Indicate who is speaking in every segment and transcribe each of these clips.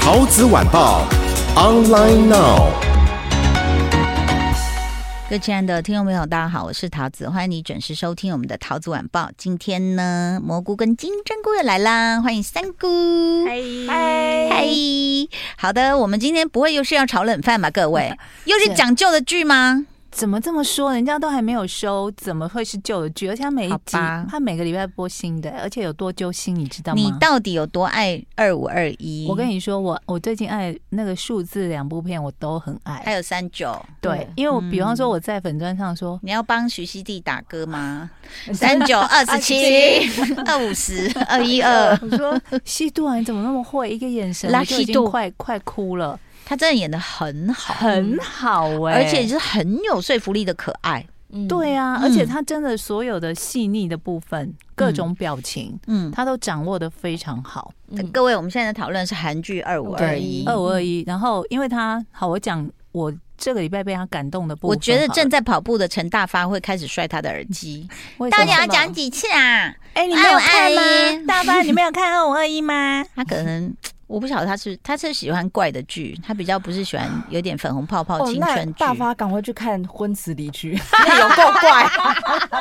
Speaker 1: 桃子晚报，online now。
Speaker 2: 各位亲爱的听众朋友，大家好，我是桃子，欢迎你准时收听我们的桃子晚报。今天呢，蘑菇跟金针菇又来啦，欢迎三姑。
Speaker 3: 嗨
Speaker 2: 嗨，好的，我们今天不会又是要炒冷饭吧？各位，又是讲旧的剧吗？
Speaker 3: 怎么这么说？人家都还没有收，怎么会是旧的剧？而且他每一
Speaker 2: 好
Speaker 3: 集，
Speaker 2: 吧
Speaker 3: 他每个礼拜播新的，而且有多揪心，你知道吗？
Speaker 2: 你到底有多爱二五二一？
Speaker 3: 我跟你说，我我最近爱那个数字两部片，我都很
Speaker 2: 还
Speaker 3: 爱。
Speaker 2: 有三九，
Speaker 3: 对，因为我比方
Speaker 2: 嗯
Speaker 3: 说我在粉砖 上说，
Speaker 2: 你要帮徐熙娣打歌吗？三九二十七， 二五十，二一二，
Speaker 3: 我说西渡啊，你怎么那么会？一个眼神，
Speaker 2: 拉
Speaker 3: 我就已
Speaker 2: 西
Speaker 3: 经
Speaker 2: 渡
Speaker 3: 快快哭了，
Speaker 2: 他真的演的很好，
Speaker 3: 很好哎、
Speaker 2: 而且是很有说服力的可爱。
Speaker 3: 对啊，
Speaker 2: 嗯
Speaker 3: 而且他真的所有的细腻的部分，各种表情，
Speaker 2: 嗯，
Speaker 3: 他都掌握的非常好。
Speaker 2: 呃各位，我们现在讨论是韩剧二五二一。
Speaker 3: 二五二一。然后因为他好，我讲我这个礼拜被他感动的部分
Speaker 2: 我
Speaker 3: 好了，
Speaker 2: 觉得正在跑步的陈大发会开始摔他的耳机。
Speaker 3: 为什
Speaker 2: 到
Speaker 3: 么
Speaker 2: 底要讲几次啊？
Speaker 3: 哎，你没有
Speaker 2: 251
Speaker 3: 看吗？大班，你没有看二五二 一吗？
Speaker 2: 他可能我不晓得他是他是喜欢怪的剧，他比较不是喜欢有点粉红泡泡
Speaker 4: 哦，
Speaker 2: 青
Speaker 4: 那
Speaker 2: 春剧，
Speaker 4: 大发赶快去看《婚词离去》， 那有够怪，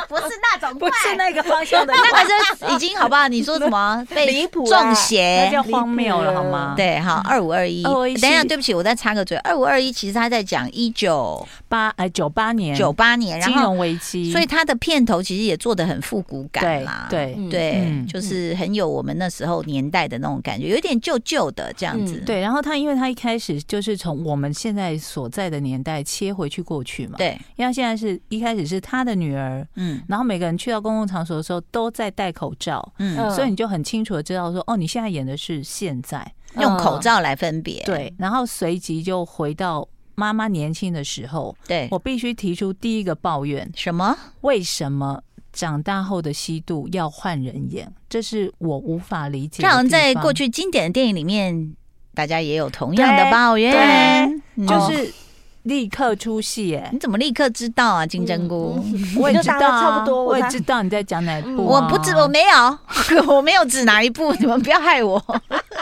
Speaker 2: 不是那种怪
Speaker 4: 不是那个方向 的
Speaker 2: 那个是已经好吧？你说什么被
Speaker 4: 离谱啊
Speaker 2: 中
Speaker 3: 那
Speaker 2: 邪
Speaker 3: 叫？荒谬了好吗？，
Speaker 2: 哎对，好，二五二一，等一
Speaker 3: 2521
Speaker 2: 下，对不起，我再插个嘴，二五二一其实他在讲一九
Speaker 3: 八哎九八年
Speaker 2: 九八年，然
Speaker 3: 金
Speaker 2: 后
Speaker 3: 融危机，
Speaker 2: 所以他的片头其实也做的很复古感
Speaker 3: 对
Speaker 2: 啦，
Speaker 3: 对
Speaker 4: 嗯
Speaker 2: 对，
Speaker 3: 嗯
Speaker 2: 就是很有我们那时候年代的那种感觉，有点旧旧的这样子。
Speaker 4: 嗯
Speaker 3: 对。然后他因为他一开始就是从我们现在所在的年代切回去过去嘛，，
Speaker 2: 对，
Speaker 3: 因为他现在是一开始是他的女儿。
Speaker 2: 嗯
Speaker 3: 然后每个人去到公共场所的时候都在戴口罩，
Speaker 2: 嗯，
Speaker 4: 嗯
Speaker 3: 所以你就很清楚的知道说，哦，你现在演的是现在，
Speaker 2: 用口罩来分别。
Speaker 3: 对，然后随即就回到妈妈年轻的时候，
Speaker 2: 对，
Speaker 3: 我必须提出第一个抱怨：
Speaker 2: 什么？
Speaker 3: 为什么长大后的西渡要换人演？这是我无法理解
Speaker 2: 这
Speaker 3: 的地
Speaker 2: 好像
Speaker 3: 方。
Speaker 2: 在过去经典的电影里面，大家也有同样的抱怨
Speaker 3: 对，
Speaker 2: 嗯
Speaker 4: 哦
Speaker 3: 就是立刻出戏 耶、
Speaker 2: 你怎么立刻知道啊，金针
Speaker 4: 嗯
Speaker 2: 菇？
Speaker 3: 我也
Speaker 4: 就
Speaker 3: 知
Speaker 4: 大
Speaker 3: 道、
Speaker 4: 家
Speaker 3: 啊，
Speaker 4: 差不多我嗯
Speaker 3: 我也
Speaker 4: 猜
Speaker 3: 知道你在讲哪一部、啊
Speaker 2: 嗯我不知我。没有， 我没有指哪一部，你们不要害我，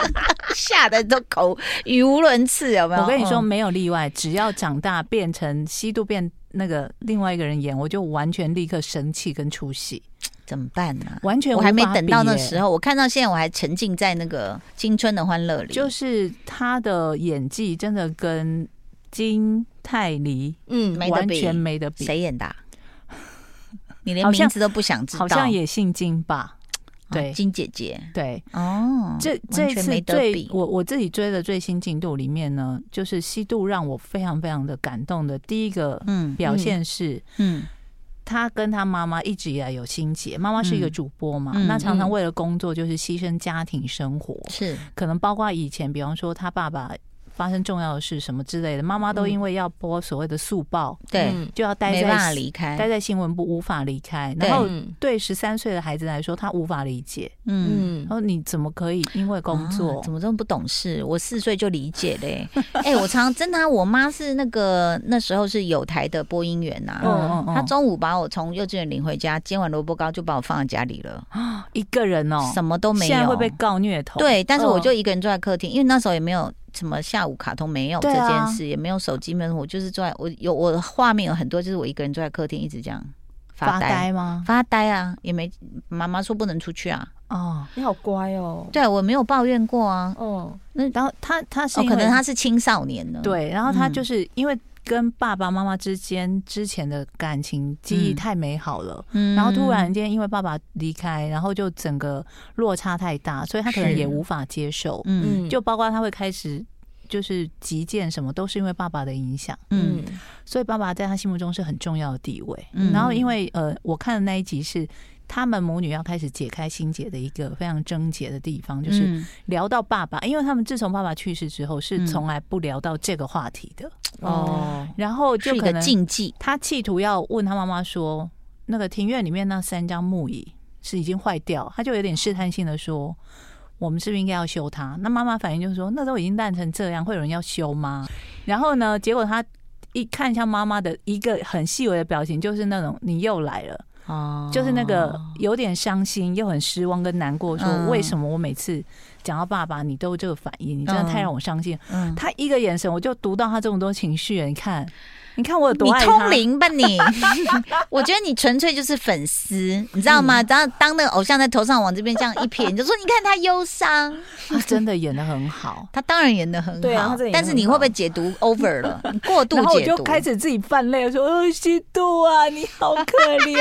Speaker 2: 吓得都口语无伦次，有没有？
Speaker 3: 我跟你说，
Speaker 2: 嗯，
Speaker 3: 没有例外，只要长大变成西渡变那个另外一个人演，我就完全立刻生气跟出戏，
Speaker 2: 怎么办呢？
Speaker 3: 完全
Speaker 2: 我还没
Speaker 3: 无法
Speaker 2: 等到
Speaker 3: 比
Speaker 2: 那
Speaker 3: 耶
Speaker 2: 时候，我看到现在我还沉浸在那个青春的欢乐里。
Speaker 3: 就是他的演技真的跟金泰梨
Speaker 4: 嗯
Speaker 2: 没得
Speaker 3: 完
Speaker 2: 比
Speaker 3: 全没得比，
Speaker 2: 谁演的 啊、你连
Speaker 3: 好像
Speaker 2: 名字都不想知道，
Speaker 3: 好像也姓金吧？
Speaker 2: 啊
Speaker 3: 对
Speaker 2: 金姐姐
Speaker 3: 对，
Speaker 2: 哦，
Speaker 3: 这
Speaker 2: 完
Speaker 3: 这一
Speaker 2: 全
Speaker 3: 次
Speaker 2: 没得
Speaker 3: 最
Speaker 2: 比。
Speaker 3: 我我自己追的最新进度里面呢，就是西渡让我非常非常的感动的第一个
Speaker 2: 嗯
Speaker 3: 表现是。
Speaker 2: 嗯
Speaker 3: 他跟他妈妈一直以来有心结，妈妈是一个
Speaker 2: 嗯
Speaker 3: 主播嘛，
Speaker 2: 嗯
Speaker 3: 那常常
Speaker 4: 嗯
Speaker 3: 为了工作就是牺牲家庭生活，
Speaker 2: 是
Speaker 3: 可能包括以前，比方说他爸爸发生重要的事什么之类的，妈妈都
Speaker 4: 嗯
Speaker 3: 因为要播所谓的速报，
Speaker 2: 对，
Speaker 4: 嗯
Speaker 3: 就要待
Speaker 2: 没办法
Speaker 3: 在
Speaker 2: 离开。
Speaker 3: 待在新闻部无法离开，
Speaker 2: 对
Speaker 3: 然后
Speaker 4: 嗯
Speaker 3: 对十三岁的孩子来说，他无法理解，
Speaker 2: 嗯，
Speaker 4: 嗯
Speaker 3: 然，后你怎么可以因为工作
Speaker 2: 啊怎么这么不懂事？我四岁就理解 嘞、哎、我常常真的啊、我妈是那个那时候是有台的播音员呐、
Speaker 3: 嗯嗯嗯
Speaker 2: 她中午把我从幼稚园领回家，煎完萝卜糕就把我放在家里了，
Speaker 3: 一个人哦，
Speaker 2: 什么都没有。
Speaker 3: 现在会被告虐童，
Speaker 2: 对，但是我
Speaker 4: 嗯
Speaker 2: 就一个人坐在客厅，因为那时候也没有什么下午卡通，没有这
Speaker 3: 对啊
Speaker 2: 件事，也没有手机，没有什么我就是坐在我有我的画面有很多，就是我一个人坐在客厅一直这样
Speaker 3: 发
Speaker 2: 发呆
Speaker 3: 呆吗？
Speaker 2: 发呆啊，也没妈妈说不能出去啊，
Speaker 3: 哦，
Speaker 4: 你好乖哦，
Speaker 2: 对啊我没有抱怨过啊，
Speaker 4: 嗯，
Speaker 3: 然后他他是
Speaker 2: 哦，
Speaker 3: 因为
Speaker 2: 可能他是青少年呢，，
Speaker 3: 对，然后他
Speaker 2: 嗯
Speaker 3: 就是因为跟爸爸妈妈之间之前的感情记忆
Speaker 2: 嗯
Speaker 3: 太美好了。
Speaker 2: 嗯
Speaker 3: 然后突然间，因为爸爸离开，然后就整个落差太大，所以他可能
Speaker 2: 是
Speaker 3: 也无法接受。
Speaker 2: 嗯
Speaker 4: 嗯，
Speaker 3: 就包括他会开始就是击剑什么，都是因为爸爸的影响。
Speaker 2: 嗯
Speaker 4: 嗯
Speaker 3: 所以爸爸在他心目中是很重要的地位。
Speaker 2: 嗯
Speaker 3: 然后因为呃，我看的那一集是他们母女要开始解开心结的一个非常症结的地方，就是
Speaker 2: 嗯
Speaker 3: 聊到爸爸，因为他们自从爸爸去世之后
Speaker 2: 嗯
Speaker 3: 是从来不聊到这个话题的，
Speaker 2: 哦，
Speaker 3: 然后就是
Speaker 2: 一
Speaker 3: 可
Speaker 2: 个
Speaker 3: 能
Speaker 2: 禁忌，
Speaker 3: 他企图要问他妈妈说，那个庭院里面那三张木椅是已经坏掉，他就有点试探性的说。我们是不是应该要修它？那妈妈反应就是说，那都已经烂成这样，会有人要修吗？然后呢，结果他一看向妈妈的一个很细微的表情，就是那种你又来了，
Speaker 2: 哦，
Speaker 3: 就是那个有点伤心又很失望跟难过，说
Speaker 2: 嗯
Speaker 3: 为什么我每次讲到爸爸，你都有这个反应，你真的太让我伤心。
Speaker 2: 嗯，
Speaker 3: 他一个眼神，我就读到他这么多情绪，你看，你看我有多
Speaker 2: 你
Speaker 3: 爱他
Speaker 2: 通灵吧 你？我觉得你纯粹就是粉丝，你知道吗？
Speaker 3: 嗯
Speaker 2: 当当那个偶像在头上往这边这样一撇，你就说你看他忧伤，。
Speaker 3: 他真的演的很好
Speaker 2: 他当然演的很好，
Speaker 4: 对啊他真的演得
Speaker 2: 但是你
Speaker 4: 很
Speaker 2: 会
Speaker 4: 好
Speaker 2: 不会解读 over 了？你过度
Speaker 3: 嗯然后我
Speaker 2: 解
Speaker 3: 就
Speaker 2: 读，
Speaker 3: 开始自己泛泪，说：“哦，西度啊，你好可 怜。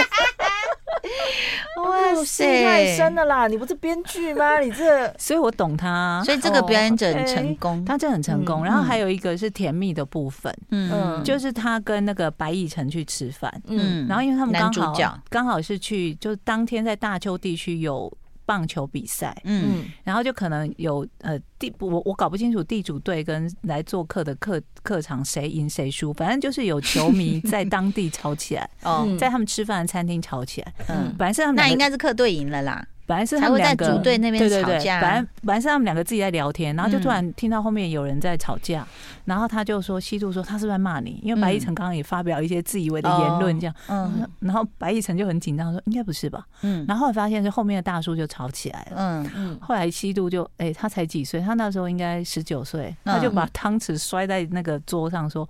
Speaker 2: 哇
Speaker 4: 戏太深了啦！你不是编剧吗？你这”
Speaker 3: 所以我懂他，
Speaker 2: 所以这个表演者
Speaker 3: 哦
Speaker 2: 很成功，
Speaker 3: 他真的很成功。然后还有一个是甜蜜的部分，
Speaker 2: 嗯
Speaker 4: 嗯
Speaker 3: 就是他跟那个白以晨去吃饭，
Speaker 4: 嗯，
Speaker 3: 然后因为他们刚
Speaker 2: 男主角
Speaker 3: 好刚好是去，就是当天在大邱地区有棒球比赛，
Speaker 2: 嗯
Speaker 4: 嗯
Speaker 3: 然后就可能有呃地我我搞不清楚地主队跟来做客的客客场谁赢谁输，反正就是有球迷在当地吵 起来，
Speaker 2: 哦
Speaker 4: 嗯
Speaker 3: 在他们吃饭的餐厅吵起来。
Speaker 2: 嗯，
Speaker 3: 本来是他们
Speaker 2: 那
Speaker 3: 两个
Speaker 2: 应该是客队赢了啦，
Speaker 3: 本来是
Speaker 2: 才
Speaker 3: 他们
Speaker 2: 会在
Speaker 3: 两个
Speaker 2: 组队那边
Speaker 3: 对对
Speaker 2: 吵
Speaker 3: 对
Speaker 2: 架，嗯
Speaker 3: 本来本来是他们两个自己在聊天，然后就突然听到后面有人在吵架，然后他就说西渡说他是不是在骂你？因为白亦晨刚刚也发表一些自以为的言论这样，
Speaker 2: 嗯
Speaker 3: 然后白亦晨就很紧张说应该不是吧，
Speaker 2: 嗯
Speaker 3: 然后后来发现是后面的大叔就吵起来了。
Speaker 2: 嗯
Speaker 4: 嗯，
Speaker 3: 后来西渡就哎、他才几岁？他那时候应该十九岁，
Speaker 2: 嗯
Speaker 3: 他就把汤匙摔在那个桌上说：“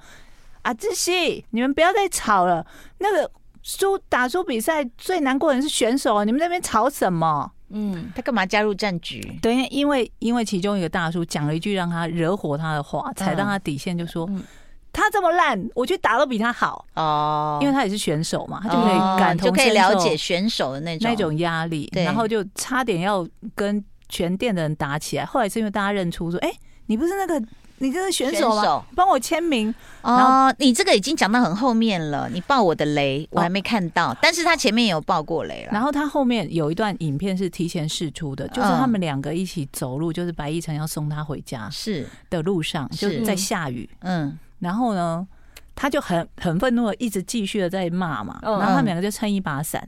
Speaker 3: 啊，志熙，你们不要再吵了。那个输打输比赛最难过的人是选手啊，你们在那边吵什么？”
Speaker 4: 嗯，
Speaker 2: 他干嘛加入战局？
Speaker 3: 对，因为因为其中一个大叔讲了一句让他惹火他的话，才让他底线就说。
Speaker 4: 嗯
Speaker 3: 他这么烂，我去打都比他好，
Speaker 2: 哦，
Speaker 3: 因为
Speaker 2: 为
Speaker 3: 他也是选手嘛，他就可以感同
Speaker 2: 就可以
Speaker 3: 身
Speaker 2: 了
Speaker 3: 受
Speaker 2: 解选手的那种
Speaker 3: 那种压力，
Speaker 2: 对
Speaker 3: 然后就差点要跟全店的人打起来。后来是因为大家认出说：“哎、你不是那个你这是选手
Speaker 2: 选手
Speaker 3: 吗？帮我签名。然
Speaker 2: 哦，你这个已经讲到很后面了，你爆我的
Speaker 3: 哦
Speaker 2: 雷，我还没看到，但是他前面也有爆过雷”了。
Speaker 3: 然
Speaker 2: 后，
Speaker 3: 后他后面有一段影片是提前试出的，就是
Speaker 2: 嗯
Speaker 3: 他们两个一起走路，就是白亦晨要送他回家
Speaker 2: 是，
Speaker 3: 的路上，
Speaker 2: 是
Speaker 3: 就是在下雨，
Speaker 2: 嗯
Speaker 3: 然后呢，他就很很愤怒的一直继续的在骂嘛，然
Speaker 4: 嗯
Speaker 3: 后他们两个就撑一把伞。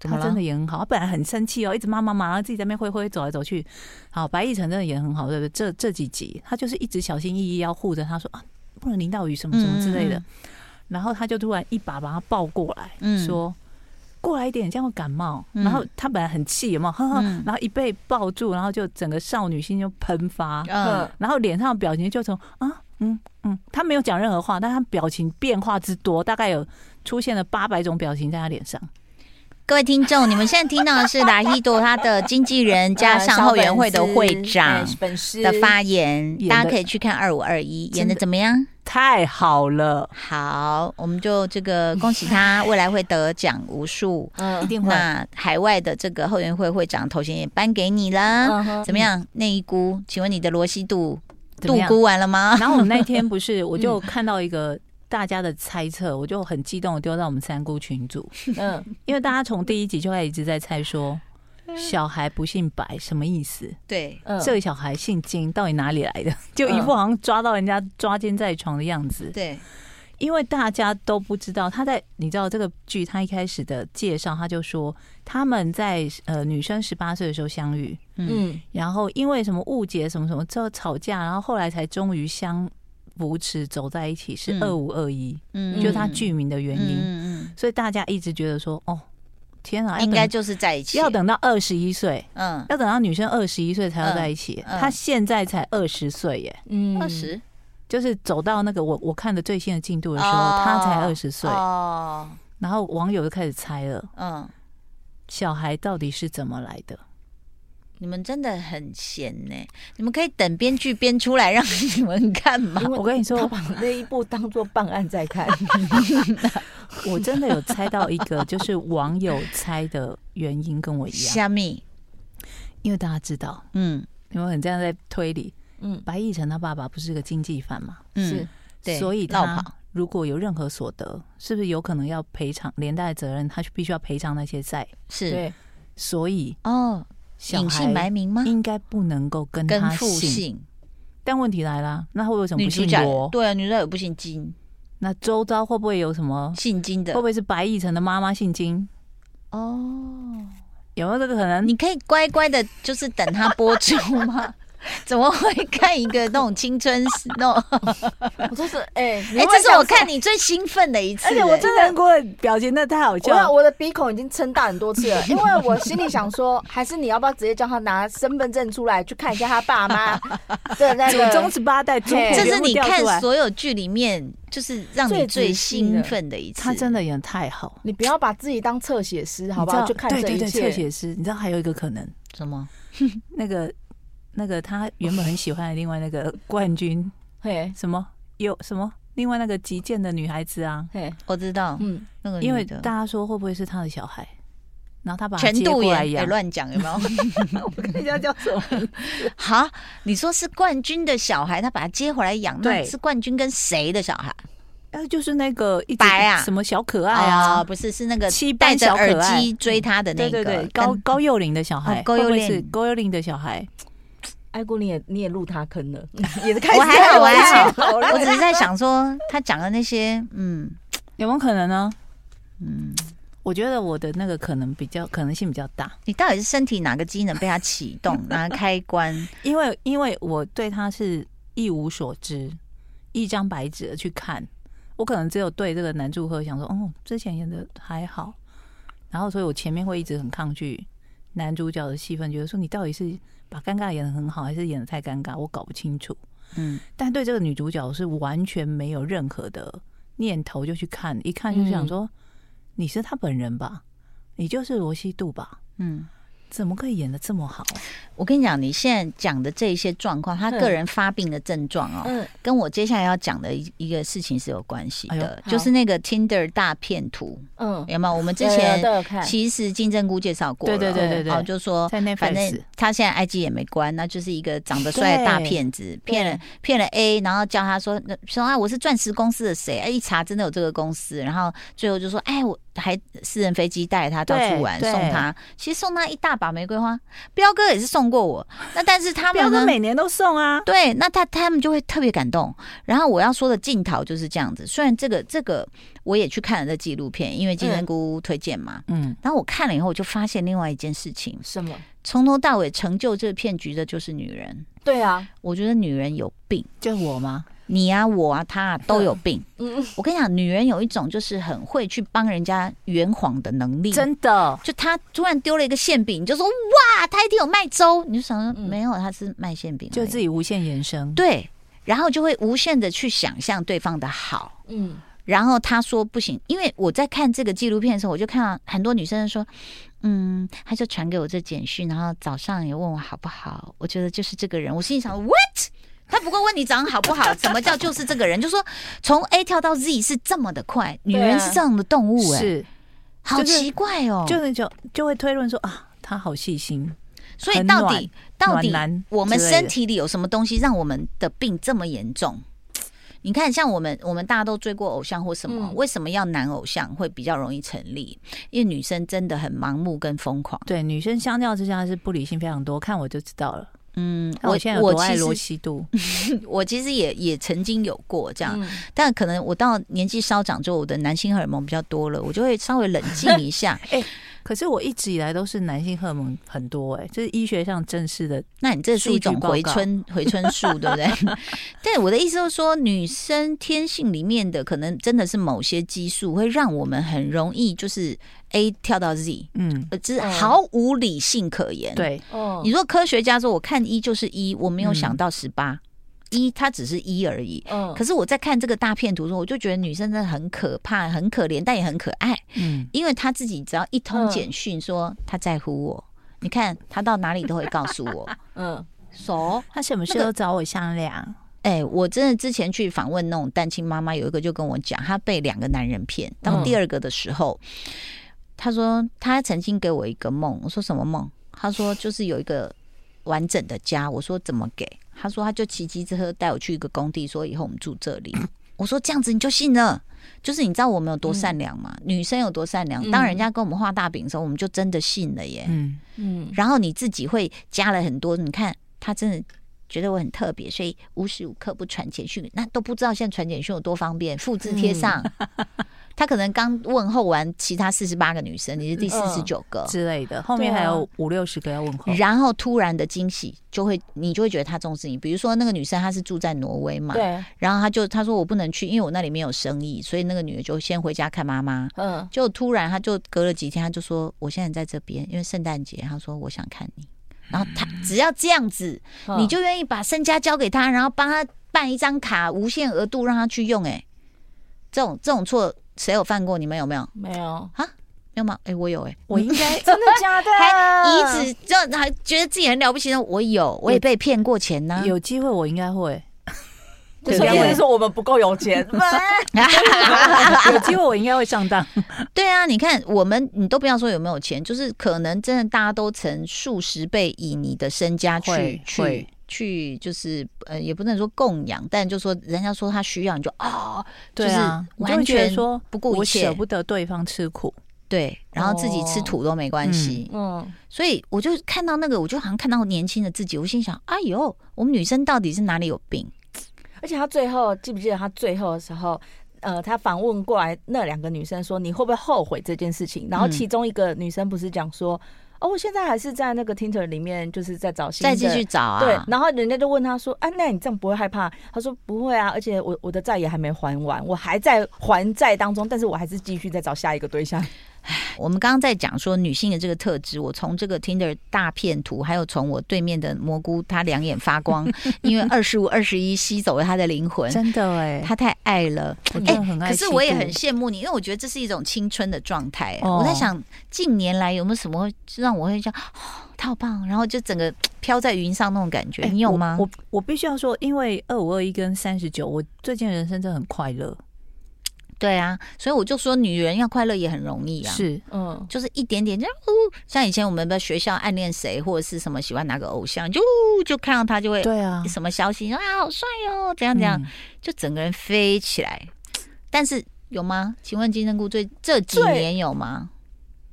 Speaker 2: 怎么
Speaker 3: 他
Speaker 2: 了
Speaker 3: 真的也很好，他本来很生气哦，一直骂骂骂，然后自己在那边挥挥走来走去。好，白亦晨真的也很好，对不对？这这几集他就是一直小心翼翼要护着他说啊，不能淋到雨什么什么之类的。
Speaker 2: 嗯
Speaker 3: 然后他就突然一把把他抱过来，
Speaker 2: 嗯
Speaker 3: 说过来一点，这样会感冒。
Speaker 2: 嗯
Speaker 3: 然后他本来很气，有没有？呵呵
Speaker 2: 嗯
Speaker 3: 然后一被抱住，然后就整个少女心就喷发。
Speaker 2: 嗯，
Speaker 3: 然后脸上的表情就从啊嗯嗯，他没有讲任何话，但他表情变化之多，大概有出现了八百种表情在他脸上。
Speaker 2: 各位听众，你们现在听到的是达希朵他的经纪人加上后援会的会 长
Speaker 4: 哎粉丝
Speaker 2: 的发言，
Speaker 3: 演得
Speaker 2: 大家可以去看二五二一演的怎么样？
Speaker 3: 太好 了，
Speaker 2: 好，我们就这个恭喜 他，未来会得奖无数。
Speaker 4: 嗯
Speaker 3: 一定会。
Speaker 2: 那海外的这个后援会会长头衔也颁给你了，
Speaker 4: 嗯哼
Speaker 2: 怎么样？内一估，请问你的罗西度
Speaker 3: 怎
Speaker 2: 度
Speaker 3: 么样
Speaker 2: 估完了吗？
Speaker 3: 然后我们那天不是，我就看到一
Speaker 4: 嗯
Speaker 3: 个大家的猜测，我就很激动，我丢到我们三姑群组，
Speaker 4: 嗯，
Speaker 3: 因为大家从第一集就开始一直在猜说。小孩不姓白什么意思？
Speaker 2: 对，
Speaker 4: 嗯
Speaker 3: 这个小孩姓金，到底哪里来的？ 就一副好
Speaker 4: 嗯
Speaker 3: 像抓到人家抓奸在床的样子。
Speaker 2: 对，
Speaker 3: 因为大家都不知道，他在你知道这个剧，他一开始的介绍，他就说他们在呃女生十八岁的时候相遇，
Speaker 4: 嗯
Speaker 3: 然后因为什么误解什么什么之后吵架，然后后来才终于相扶持走在一起，是
Speaker 2: 嗯
Speaker 3: 二五二一，
Speaker 2: 嗯
Speaker 3: 就是他剧名的原因，
Speaker 2: 嗯嗯
Speaker 3: 所以大家一直觉得说，哦，天
Speaker 2: 嗯
Speaker 3: 啊，要
Speaker 2: 应该
Speaker 3: 等
Speaker 2: 就是在一起，
Speaker 3: 要，等到二十一岁，
Speaker 2: 嗯，
Speaker 3: 要等到女生二十一岁才要在一起，
Speaker 2: 嗯嗯
Speaker 3: 他现在才二十岁耶。
Speaker 4: 嗯
Speaker 2: 二十
Speaker 3: 就是走到那个我我看的最新的进度
Speaker 2: 的
Speaker 3: 的时候，他才二十岁，
Speaker 2: 嗯哦，
Speaker 3: 然后网友就开始猜了，
Speaker 2: 嗯，
Speaker 3: 小孩到底是怎么来 的？
Speaker 2: 你们真的很闲呢，你们可以等编剧编出来让 你们看吗？
Speaker 4: 因为
Speaker 3: 我跟你说
Speaker 4: 他把那一部当做办案在看，
Speaker 3: 我真的有猜到一个，就是网友猜的原因跟我一样，
Speaker 2: 虾米，
Speaker 3: 因为大家知道，
Speaker 2: 嗯，
Speaker 3: 你们很这样在推理，
Speaker 4: 嗯，
Speaker 3: 白亦晨他爸爸不是个经济犯嘛，
Speaker 4: 是
Speaker 2: 嗯，对
Speaker 3: 所以
Speaker 2: 落
Speaker 3: 他
Speaker 2: 跑
Speaker 3: 如果有任何所得，是不是有可能要赔偿连带责任？他就必须要赔偿那些债，
Speaker 2: 是
Speaker 4: 对，
Speaker 3: 所以
Speaker 2: 哦，
Speaker 3: 小
Speaker 2: 隐姓白
Speaker 3: 孩
Speaker 2: 名吗？
Speaker 3: 应该不能够跟
Speaker 2: 跟
Speaker 3: 他
Speaker 2: 父
Speaker 3: 姓。
Speaker 2: 姓，
Speaker 3: 但问题来了，那会不会有什么
Speaker 2: 女
Speaker 3: 不
Speaker 2: 主
Speaker 3: 姓
Speaker 2: 角
Speaker 3: 罗？
Speaker 2: 对啊，女主角也不姓金，
Speaker 3: 那周遭会不会有什么？
Speaker 2: 姓金的
Speaker 3: 会不会是白亦晨的妈妈姓金？
Speaker 2: 哦。
Speaker 3: 有没有这个可能？
Speaker 2: 你可以乖乖的，就是等它播出吗？ 怎么会看一个那种青春那种？
Speaker 4: 我都是哎，
Speaker 2: 哎、这是我看你最兴奋的一次、哎
Speaker 3: 而且我真的过表情，那太好
Speaker 4: 我
Speaker 3: 笑
Speaker 4: 要
Speaker 3: 了。
Speaker 4: 我的鼻孔已经撑大很多次了，因为我心里想说，还是你要不要直接叫他拿身份证出来去看一下他爸妈的那
Speaker 3: 祖
Speaker 4: 个
Speaker 3: 宗十八代，祖
Speaker 4: 嘿
Speaker 3: 谱
Speaker 2: 这是
Speaker 3: 全部
Speaker 2: 你
Speaker 3: 调出
Speaker 2: 看
Speaker 3: 来，
Speaker 2: 所有剧里面，就是让你最兴奋的一次。
Speaker 3: 他真
Speaker 2: 的
Speaker 3: 的演得太好，
Speaker 4: 你不要把自己当侧写师，好不好？
Speaker 3: 你知
Speaker 4: 就
Speaker 3: 道
Speaker 4: 看
Speaker 3: 对
Speaker 4: 这
Speaker 3: 对
Speaker 4: 一
Speaker 3: 对，
Speaker 4: 切。
Speaker 3: 侧写师，你知道还有一个可能，
Speaker 2: 什么？
Speaker 3: 那个那个他原本很喜欢的另外那个冠军
Speaker 4: 嘿，
Speaker 3: 什么有什么另外那个击剑的女孩子啊，
Speaker 4: 嘿，
Speaker 2: 我知道，
Speaker 4: 嗯，
Speaker 2: 那个女的
Speaker 3: 因为大家说会不会是他的小孩，然后他把他
Speaker 2: 全
Speaker 3: 接
Speaker 2: 度
Speaker 3: 过来
Speaker 2: 妍
Speaker 3: 养
Speaker 2: 也，乱讲，有没有？
Speaker 3: 人家叫什么？
Speaker 2: 好，你说是冠军的小孩，他把他接回来养，那
Speaker 3: 对
Speaker 2: 是冠军跟谁的小孩？
Speaker 3: 呃，就是那个一直
Speaker 2: 白啊
Speaker 3: 什么小可爱啊
Speaker 2: 哦，不是，是那个
Speaker 3: 七
Speaker 2: 戴
Speaker 3: 班
Speaker 2: 着
Speaker 3: 小
Speaker 2: 耳
Speaker 3: 可爱
Speaker 2: 机追他的那个，
Speaker 3: 对对对，
Speaker 2: 跟
Speaker 3: 高高幼龄的小孩
Speaker 2: 哦，高幼龄
Speaker 3: 会不会是高幼龄的小孩，
Speaker 4: 爱姑你也你也入他坑了， 也是开始
Speaker 2: 我还好，我还好，
Speaker 4: 了
Speaker 2: 我只是在想说他讲的那些，嗯
Speaker 3: 有没有可能呢？
Speaker 2: 嗯，
Speaker 3: 我觉得我的那个可能比较可能性比较大，
Speaker 2: 你到底是身体哪个机能被他启动，哪个开关？
Speaker 3: 因为因为我对他是一无所知，一张白纸的去看，我可能只有对这个男祝贺想说，哦，之前演的还好，然后所以我前面会一直很抗拒男主角的戏份，觉得说你到底是把尴尬演的很好，还是演的太尴尬，我搞不清楚。
Speaker 2: 嗯，
Speaker 3: 但对这个女主角是完全没有任何的念头就去看，一看就想说、你是她本人吧，你就是罗西度吧，
Speaker 2: 嗯，
Speaker 3: 怎么可以演的这么好？
Speaker 2: 我跟你讲，你现在讲的这一些状况，他
Speaker 4: 嗯
Speaker 2: 个人发病的症状哦，
Speaker 4: 嗯，
Speaker 2: 跟我接下来要讲的一一个事情是有关系的
Speaker 3: 哎，
Speaker 4: 呦
Speaker 2: 就是那个 Tinder 大骗图，
Speaker 4: 嗯，
Speaker 2: 有没有？我们之
Speaker 4: 有有
Speaker 2: 前
Speaker 4: 都有看，
Speaker 2: 其实金针菇介绍过了，
Speaker 3: 对对对对对
Speaker 2: 哦，就说
Speaker 3: 在那
Speaker 2: 反正他现在 IG 也没关，那就是一个长得帅的大骗子，骗了骗了 A，然后叫他说那说啊我是钻石公司的谁，哎一查真的有这个公司，然后最后就说哎我还私人飞机带他到处玩，
Speaker 3: 对对
Speaker 2: 送他其实送他一大把玫瑰花，彪哥也是送过我，那但是他
Speaker 3: 彪
Speaker 2: 们
Speaker 3: 哥
Speaker 2: 呢？
Speaker 3: 每年都送啊，
Speaker 2: 对，那他他们就会特别感动。然后我要说的镜头就是这样子，虽然这个这个我也去看了这纪录片，因为金针菇推荐嘛。
Speaker 3: 嗯，
Speaker 2: 然后我看了以后，我就发现另外一件事情：
Speaker 4: 什么？
Speaker 2: 从头到尾成就这个骗局的就是女人。
Speaker 4: 对啊，
Speaker 2: 我觉得女人有病，
Speaker 3: 就是我吗？
Speaker 2: 你啊，我啊，他啊都有病。
Speaker 4: 嗯，
Speaker 2: 我跟你讲，女人有一种就是很会去帮人家圆谎的能力。
Speaker 3: 真的，
Speaker 2: 就他突然丢了一个馅饼，你就说哇，他一定有卖粥，你就想说、
Speaker 4: 嗯
Speaker 2: 没有，他是卖馅饼而已，
Speaker 3: 就自己无限延伸，
Speaker 2: 对，然后就会无限的去想象对方的好。
Speaker 4: 嗯，
Speaker 2: 然后他说不行，因为我在看这个纪录片的时候，我就看到很多女生说，嗯，他就传给我这简讯，然后早上也问我好不好，我觉得就是这个人，我心里想 what？他不过问你早上好不好，什么叫就是这个人？就说从 A 跳到 Z 是这么的快，女
Speaker 4: 对
Speaker 2: 人
Speaker 4: 啊
Speaker 2: 是这样的动物、哎、
Speaker 3: 是，
Speaker 2: 好
Speaker 3: 就是
Speaker 2: 奇怪哦。
Speaker 3: 就是就就会推论说啊，他好细心，
Speaker 2: 所以
Speaker 3: 很
Speaker 2: 到
Speaker 3: 暖
Speaker 2: 底到底
Speaker 3: 暖男
Speaker 2: 我们
Speaker 3: 之类的
Speaker 2: 身体里有什么东西让我们的病这么严重？你看，像我们我们大家都追过偶像或什么，
Speaker 4: 嗯
Speaker 2: 为什么要男偶像会比较容易成立？因为女生真的很盲目跟疯狂。
Speaker 3: 对女生相较之下是不理性非常多，看我就知道了。
Speaker 2: 嗯，
Speaker 3: 看
Speaker 2: 我
Speaker 3: 我现在有多爱罗
Speaker 2: 其实
Speaker 3: 西 度，
Speaker 2: 我其实也也曾经有过这样，
Speaker 4: 嗯
Speaker 2: 但可能我到年纪稍长之后，我的男性荷尔蒙比较多了，我就会稍微冷静一下。
Speaker 3: 可是我一直以来都是男性荷尔蒙很多、哎，这是医学上正式的
Speaker 2: 那你这是一
Speaker 3: 数
Speaker 2: 种
Speaker 3: 据报告
Speaker 2: 回春 回春术，对不 对？对，我的意思就是说，女生天性里面的可能真的是某些激素会让我们很容易就是 A 跳到 Z，
Speaker 3: 嗯，
Speaker 2: 呃，这是
Speaker 4: 嗯
Speaker 2: 毫无理性可言。，
Speaker 3: 对，
Speaker 4: 哦
Speaker 2: 你，说科学家说我看一就是一，我没有想
Speaker 3: 嗯哦
Speaker 2: 到十八、一它只是一而已。
Speaker 4: 嗯
Speaker 2: 可是我在看这个大片图的时候，我就觉得女生真的很可怕、很可怜，但也很可爱。
Speaker 3: 嗯，
Speaker 2: 因为他自己只要一通
Speaker 4: 嗯
Speaker 2: 简讯说他在乎我，你看他到哪里都会告诉我。
Speaker 4: 嗯，
Speaker 2: 熟，
Speaker 3: 他什么事都找我商量，
Speaker 2: 哎、我真的之前去访问那种单亲妈妈，有一个就跟我讲，她被两个男人骗，到
Speaker 4: 嗯
Speaker 2: 第二个的时候，她说她曾经给我一个梦，我说什么梦？她说就是有一个完整的家，我说怎么给？他说他就骑机车带我去一个工地，说以后我们住这 里。我说这样子你就信了，就是你知道我们有多善良嘛，女生有多善良。
Speaker 4: 嗯
Speaker 2: 当人家跟我们画大饼的时候，我们就真的信了耶。
Speaker 3: 嗯，
Speaker 4: 嗯，
Speaker 2: 然后你自己会加了很多，你看他真的觉得我很特别，所以无时无刻不传简讯，那都不知道现在传简讯有多方便，复制贴上。 他可能刚问候完其他四十八个女生，你是第四十九 个。
Speaker 3: 之类的，后面还有五六十个要问候。
Speaker 2: 然后突然的惊喜，就会你就会觉得他重视你。比如说那个女生她是住在挪威嘛，
Speaker 4: 对，
Speaker 2: 然后她就她说我不能去，因为我那里没有生意，所以那个女的就先回家看妈妈。
Speaker 4: 嗯，
Speaker 2: 就突然她就隔了几天，她就说我现在在这边，因为圣诞节，她说我想看你。然后她只要这样子，
Speaker 4: 嗯
Speaker 2: 你就愿意把身家交给她，然后帮她办一张卡，无限额度让她去用、欸。哎，这种这种错谁有犯过？你们有没有？
Speaker 4: 没有，
Speaker 2: 没有吗？哎、我有哎、
Speaker 3: 我应该
Speaker 4: 真的假的？嗯
Speaker 2: 还一直就还觉得自己很了不起呢。我有，我也被骗过钱呢、
Speaker 3: 有机会，我应该会。
Speaker 4: 所以
Speaker 3: 对不对
Speaker 4: 我就说我们不够有钱，
Speaker 3: 有机会我应该会上当。
Speaker 2: 对啊，你看我们，你都不要说有没有钱，就是可能真的大家都成数十倍以你的身家去
Speaker 3: 会
Speaker 2: 去
Speaker 3: 会
Speaker 2: 去，就是呃，也不能说供养，但就说人家说他需要，你就哦，
Speaker 3: 对啊，
Speaker 2: 就
Speaker 3: 我
Speaker 2: 是完
Speaker 3: 就会觉得
Speaker 2: 全
Speaker 3: 说
Speaker 2: 不顾一
Speaker 3: 我
Speaker 2: 切
Speaker 3: 舍，不哦得对方吃苦。
Speaker 2: 对，然后自己吃土都没关系。
Speaker 4: 嗯，
Speaker 2: 所以我就看到那个，我就好像看到年轻的自己，我心想，哎呦，我们女生到底是哪里有病？
Speaker 4: 而且他最后记不记得他最后的时候，呃，他访问过来那两个女生说你会不会后悔这件事情？然后
Speaker 2: 嗯
Speaker 4: 其中一个女生不是讲说，哦，我现在还是在那个 Tinder 里面，就是在找新的
Speaker 2: 再继续找啊，
Speaker 4: 对，然后人家就问他说：“啊，那你这样不会害怕？”他说：“不会啊，而且我我的债也还没还完，我还在还债当中，但是我还是继续在找下一个对象。
Speaker 2: 我们刚刚在讲说女性的这个特质，我从这个 Tinder 大片图，还有从我对面的蘑菇，她两眼发 光，因为二十五、二十一吸走了她的欸灵魂，
Speaker 3: 真的哎、
Speaker 2: 她太爱了。
Speaker 3: 我
Speaker 2: 哎
Speaker 3: 真的很爱
Speaker 2: 可
Speaker 3: 嫉妒。
Speaker 2: 是我也很羡慕你，因为我觉得这是一种青春的状态。
Speaker 3: 哦
Speaker 2: 我在想，近年来有没有什么会让我会这样， 哦，她好棒，然后就整个飘在云上那种感觉，
Speaker 3: 哎
Speaker 2: 你有吗？
Speaker 3: 我我我必须要说，因为二五二一跟三十九，我最近人生真的很快乐。
Speaker 2: 对啊，所以我就说，女人要快乐也很容易啊。
Speaker 3: 是”
Speaker 4: 嗯，
Speaker 2: 就是一点点，就呜，像以前我们在学校暗恋谁或者是什么喜欢哪个偶像，就呜就看到他就会
Speaker 3: 对啊，
Speaker 2: 什么消息啊，好帅哦，怎样怎样，
Speaker 3: 嗯
Speaker 2: 就整个人飞起来。但是有吗？请问金针菇最这几
Speaker 4: 最
Speaker 2: 年有吗？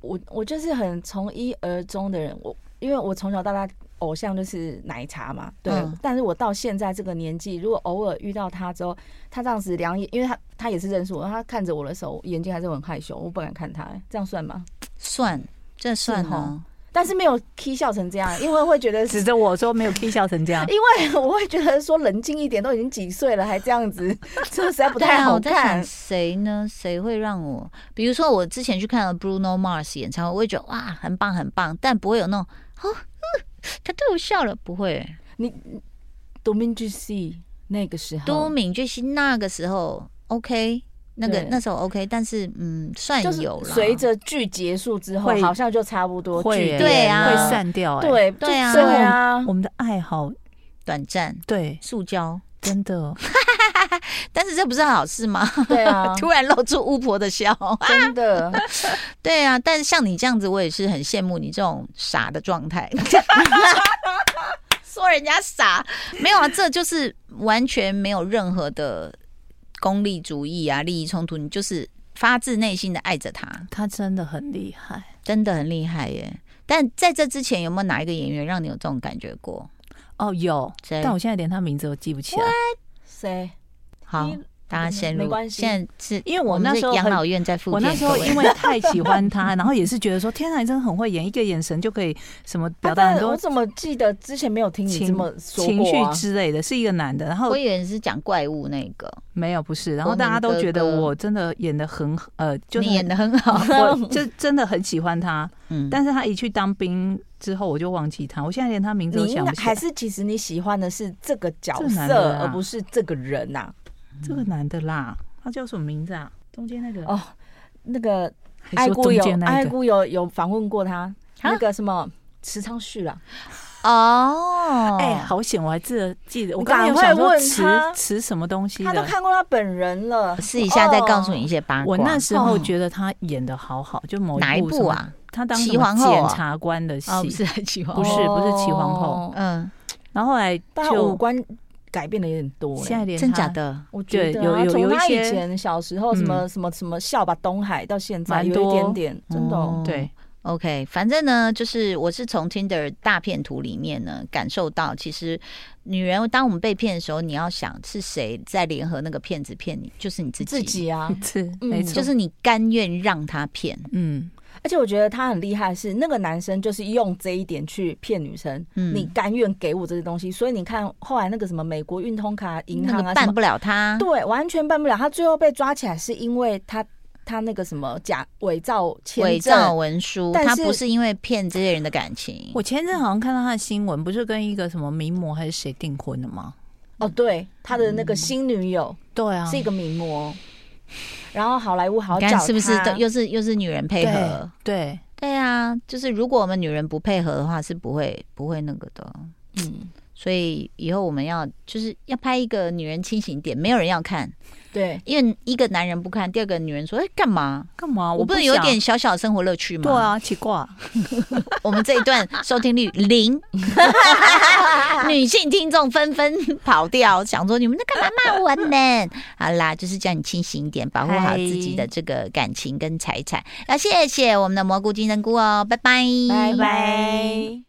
Speaker 4: 我我就是很从一而终的人，我因为我从小到大偶像就是奶茶嘛，对。
Speaker 2: 嗯
Speaker 4: 但是我到现在这个年纪，如果偶尔遇到他之后，他这样子两眼，因为他他也是认识我，他看着我的时候，眼睛还是很害羞，我不敢看他、这样算吗？
Speaker 2: 算，这算
Speaker 4: 是哦
Speaker 2: 哦。
Speaker 4: 但是没有 k 笑成这样，因为会觉 得是
Speaker 3: 指着我说没有 K 笑成这 样。
Speaker 4: 因为我会觉得说冷静一点，都已经几岁了还这样子， 这实在不
Speaker 2: 对
Speaker 4: 太
Speaker 2: 啊，我
Speaker 4: 好
Speaker 2: 在想
Speaker 4: 看。
Speaker 2: 谁呢？谁会让我？比如说我之前去看了 Bruno Mars 演唱会，我也觉得哇，很棒很棒，但不会有那种哦，嗯他对我笑了，不会。
Speaker 4: 你 Domingo C 那个时
Speaker 2: 都
Speaker 4: 候，
Speaker 2: 敏俊熙那个时候 OK，那个
Speaker 4: 对
Speaker 2: 那时候 OK，但是嗯，算
Speaker 4: 就是
Speaker 2: 有了。
Speaker 4: 随着剧结束之后，
Speaker 3: 会
Speaker 4: 好像就差不多
Speaker 3: 会
Speaker 4: 剧
Speaker 3: 耶
Speaker 2: 对啊
Speaker 3: 会散掉、哎，
Speaker 4: 对
Speaker 2: 对啊
Speaker 4: 就对啊，
Speaker 3: 我们的爱好，
Speaker 2: 短暂
Speaker 3: 对，
Speaker 2: 塑胶，
Speaker 3: 真的，
Speaker 2: 但是这不是好事吗？
Speaker 4: 对啊
Speaker 2: ，突然露出巫婆的笑，
Speaker 4: 真的，
Speaker 2: 对啊。但是像你这样子，我也是很羡慕你这种傻的状态。 说人家傻，没有啊，这就是完全没有任何的功利主义啊、利益冲突，你就是发自内心的爱着他。
Speaker 3: 他真的很厉害。
Speaker 2: 真的很厉害耶！但在这之前，有没有哪一个演员让你有这种感觉过？
Speaker 3: 哦，有，
Speaker 2: 谁
Speaker 3: 但我现在连他名字都记不起来，
Speaker 4: 谁？
Speaker 2: 好
Speaker 4: 你，
Speaker 2: 大家陷入，
Speaker 4: 没关系
Speaker 2: 现在是
Speaker 3: 因为我
Speaker 2: 我们
Speaker 3: 那
Speaker 2: 是
Speaker 3: 时候
Speaker 2: 养
Speaker 3: 很
Speaker 2: 老院在附近，
Speaker 3: 我那时候
Speaker 2: 各位
Speaker 3: 因为太喜欢他， 然后也是觉得说，天啊哪，你真的很会演，一个眼神就可以什么表达
Speaker 4: 啊
Speaker 3: 很
Speaker 4: 但
Speaker 3: 多
Speaker 4: 我怎么记得之前没有听你
Speaker 3: 情
Speaker 4: 这么说
Speaker 3: 情
Speaker 4: 过
Speaker 3: 绪
Speaker 4: 啊？
Speaker 3: 之类的，是一个男的，然后
Speaker 2: 我以为是讲怪物那个，
Speaker 3: 没有不是，然后
Speaker 2: 国
Speaker 3: 大家
Speaker 2: 民
Speaker 3: 都
Speaker 2: 哥
Speaker 3: 觉得
Speaker 2: 哥
Speaker 3: 我真的演的很呃，就是
Speaker 2: 你演的很 好，
Speaker 3: 我就真的很喜欢他，
Speaker 2: 嗯，
Speaker 3: 但是他一去当兵之后，我就忘记他，我现在连他名字
Speaker 4: 你
Speaker 3: 都
Speaker 4: 应
Speaker 3: 想
Speaker 4: 该
Speaker 3: 不起来。
Speaker 4: 还是其实你喜欢的是这个角
Speaker 3: 这男
Speaker 4: 色，
Speaker 3: 的啊
Speaker 4: 而不是这个人啊呐、
Speaker 3: 这个男的啦，他叫什么名字啊？中间那个
Speaker 4: 哦，那个
Speaker 3: 还
Speaker 4: 爱
Speaker 3: 说
Speaker 4: 姑
Speaker 3: 中
Speaker 4: 有
Speaker 3: 间那
Speaker 4: 爱
Speaker 3: 一个
Speaker 4: 姑有有访问过他，
Speaker 2: 啊
Speaker 4: 那个什么池昌旭啊啦，
Speaker 2: 哦，
Speaker 3: 哎，好险，我还记得记得，我
Speaker 4: 你
Speaker 3: 刚刚有想
Speaker 4: 赶快
Speaker 3: 说
Speaker 4: 问
Speaker 3: 词
Speaker 4: 他
Speaker 3: 词什么东西
Speaker 4: 他都
Speaker 3: 的。
Speaker 4: 看过他本人了。
Speaker 2: 试一下再告诉你一些八卦。嗯
Speaker 3: 我那时候
Speaker 4: 哦
Speaker 3: 觉得他演的好好，就某
Speaker 2: 哪一
Speaker 3: 部什
Speaker 2: 部
Speaker 3: 么？
Speaker 2: 啊？
Speaker 3: 他当
Speaker 2: 齐
Speaker 3: 什么
Speaker 2: 皇后啊
Speaker 3: 检察官的戏
Speaker 2: 哦，不，是还喜欢
Speaker 3: 不是不是齐皇后
Speaker 4: 哦
Speaker 2: 嗯，
Speaker 3: 然后后来
Speaker 4: 但他五
Speaker 3: 就
Speaker 4: 官改变的有点多、
Speaker 3: 现在
Speaker 4: 欸。
Speaker 3: 连
Speaker 2: 真
Speaker 3: 他
Speaker 2: 假的？
Speaker 4: 我觉得
Speaker 3: 对有
Speaker 4: 啊
Speaker 3: 有
Speaker 4: 从
Speaker 3: 有一
Speaker 4: 他以
Speaker 3: 些嗯
Speaker 4: 前小时候什么什么什么笑吧东海到现在
Speaker 3: 蛮
Speaker 4: 有一
Speaker 3: 多
Speaker 4: 点点，真的哦
Speaker 2: 嗯
Speaker 3: 对
Speaker 2: OK，反正呢，就是我是从 Tinder 大骗图里面呢感受到，其实女人当我们被骗的时候，你要想是谁在联合那个骗子骗你，就是你自己，
Speaker 4: 自己啊，
Speaker 3: 是
Speaker 4: 嗯
Speaker 3: 没错，
Speaker 2: 就是你甘愿让他骗。
Speaker 3: 嗯
Speaker 4: 而且我觉得他很厉害是，那个男生就是用这一点去骗女生，
Speaker 2: 嗯
Speaker 4: 你甘愿给我这些东西，所以你看后来那个什么美国运通卡银
Speaker 2: 那
Speaker 4: 行
Speaker 2: 个
Speaker 4: 啊什
Speaker 2: 办
Speaker 4: 么，
Speaker 2: 不了他，
Speaker 4: 对，完全办不了。他最后被抓起来是因为他他那个什么假伪造
Speaker 2: 伪
Speaker 4: 签
Speaker 2: 造
Speaker 4: 证，
Speaker 2: 文书，
Speaker 4: 但
Speaker 2: 他
Speaker 4: 是
Speaker 2: 不是因为骗这些人的感情。
Speaker 3: 我前阵好像看到他的新闻，不是跟一个什么名模还是谁订婚了吗？
Speaker 4: 哦，对，他的那
Speaker 2: 嗯
Speaker 4: 个新女友
Speaker 3: 对啊，
Speaker 4: 是一个名模，然后好莱坞好
Speaker 2: 哦你
Speaker 4: 找
Speaker 2: 看是不是
Speaker 4: 他
Speaker 2: 都又是又是女人配合？
Speaker 3: 对，
Speaker 2: 对啊，就是如果我们女人不配合的话，是不会不会那个的。
Speaker 4: 嗯，
Speaker 2: 所以以后我们要就是要拍一个女人清醒一点，没有人要看，
Speaker 4: 对，
Speaker 2: 因为一个男人不看，第二个女人说：“哎、干嘛？
Speaker 3: 干嘛？
Speaker 2: 我不能
Speaker 3: 能
Speaker 2: 有点小小生活乐趣吗？”
Speaker 3: 对，啊，奇怪，
Speaker 2: 我们这一段收听率零，女性听众纷纷跑掉，想说你们在干嘛骂我们？好啦，就是叫你清醒一点，保护好
Speaker 3: 嗨
Speaker 2: 自己的这个感情跟财产。要谢谢我们的蘑菇金针菇哦，拜拜，
Speaker 4: 拜拜。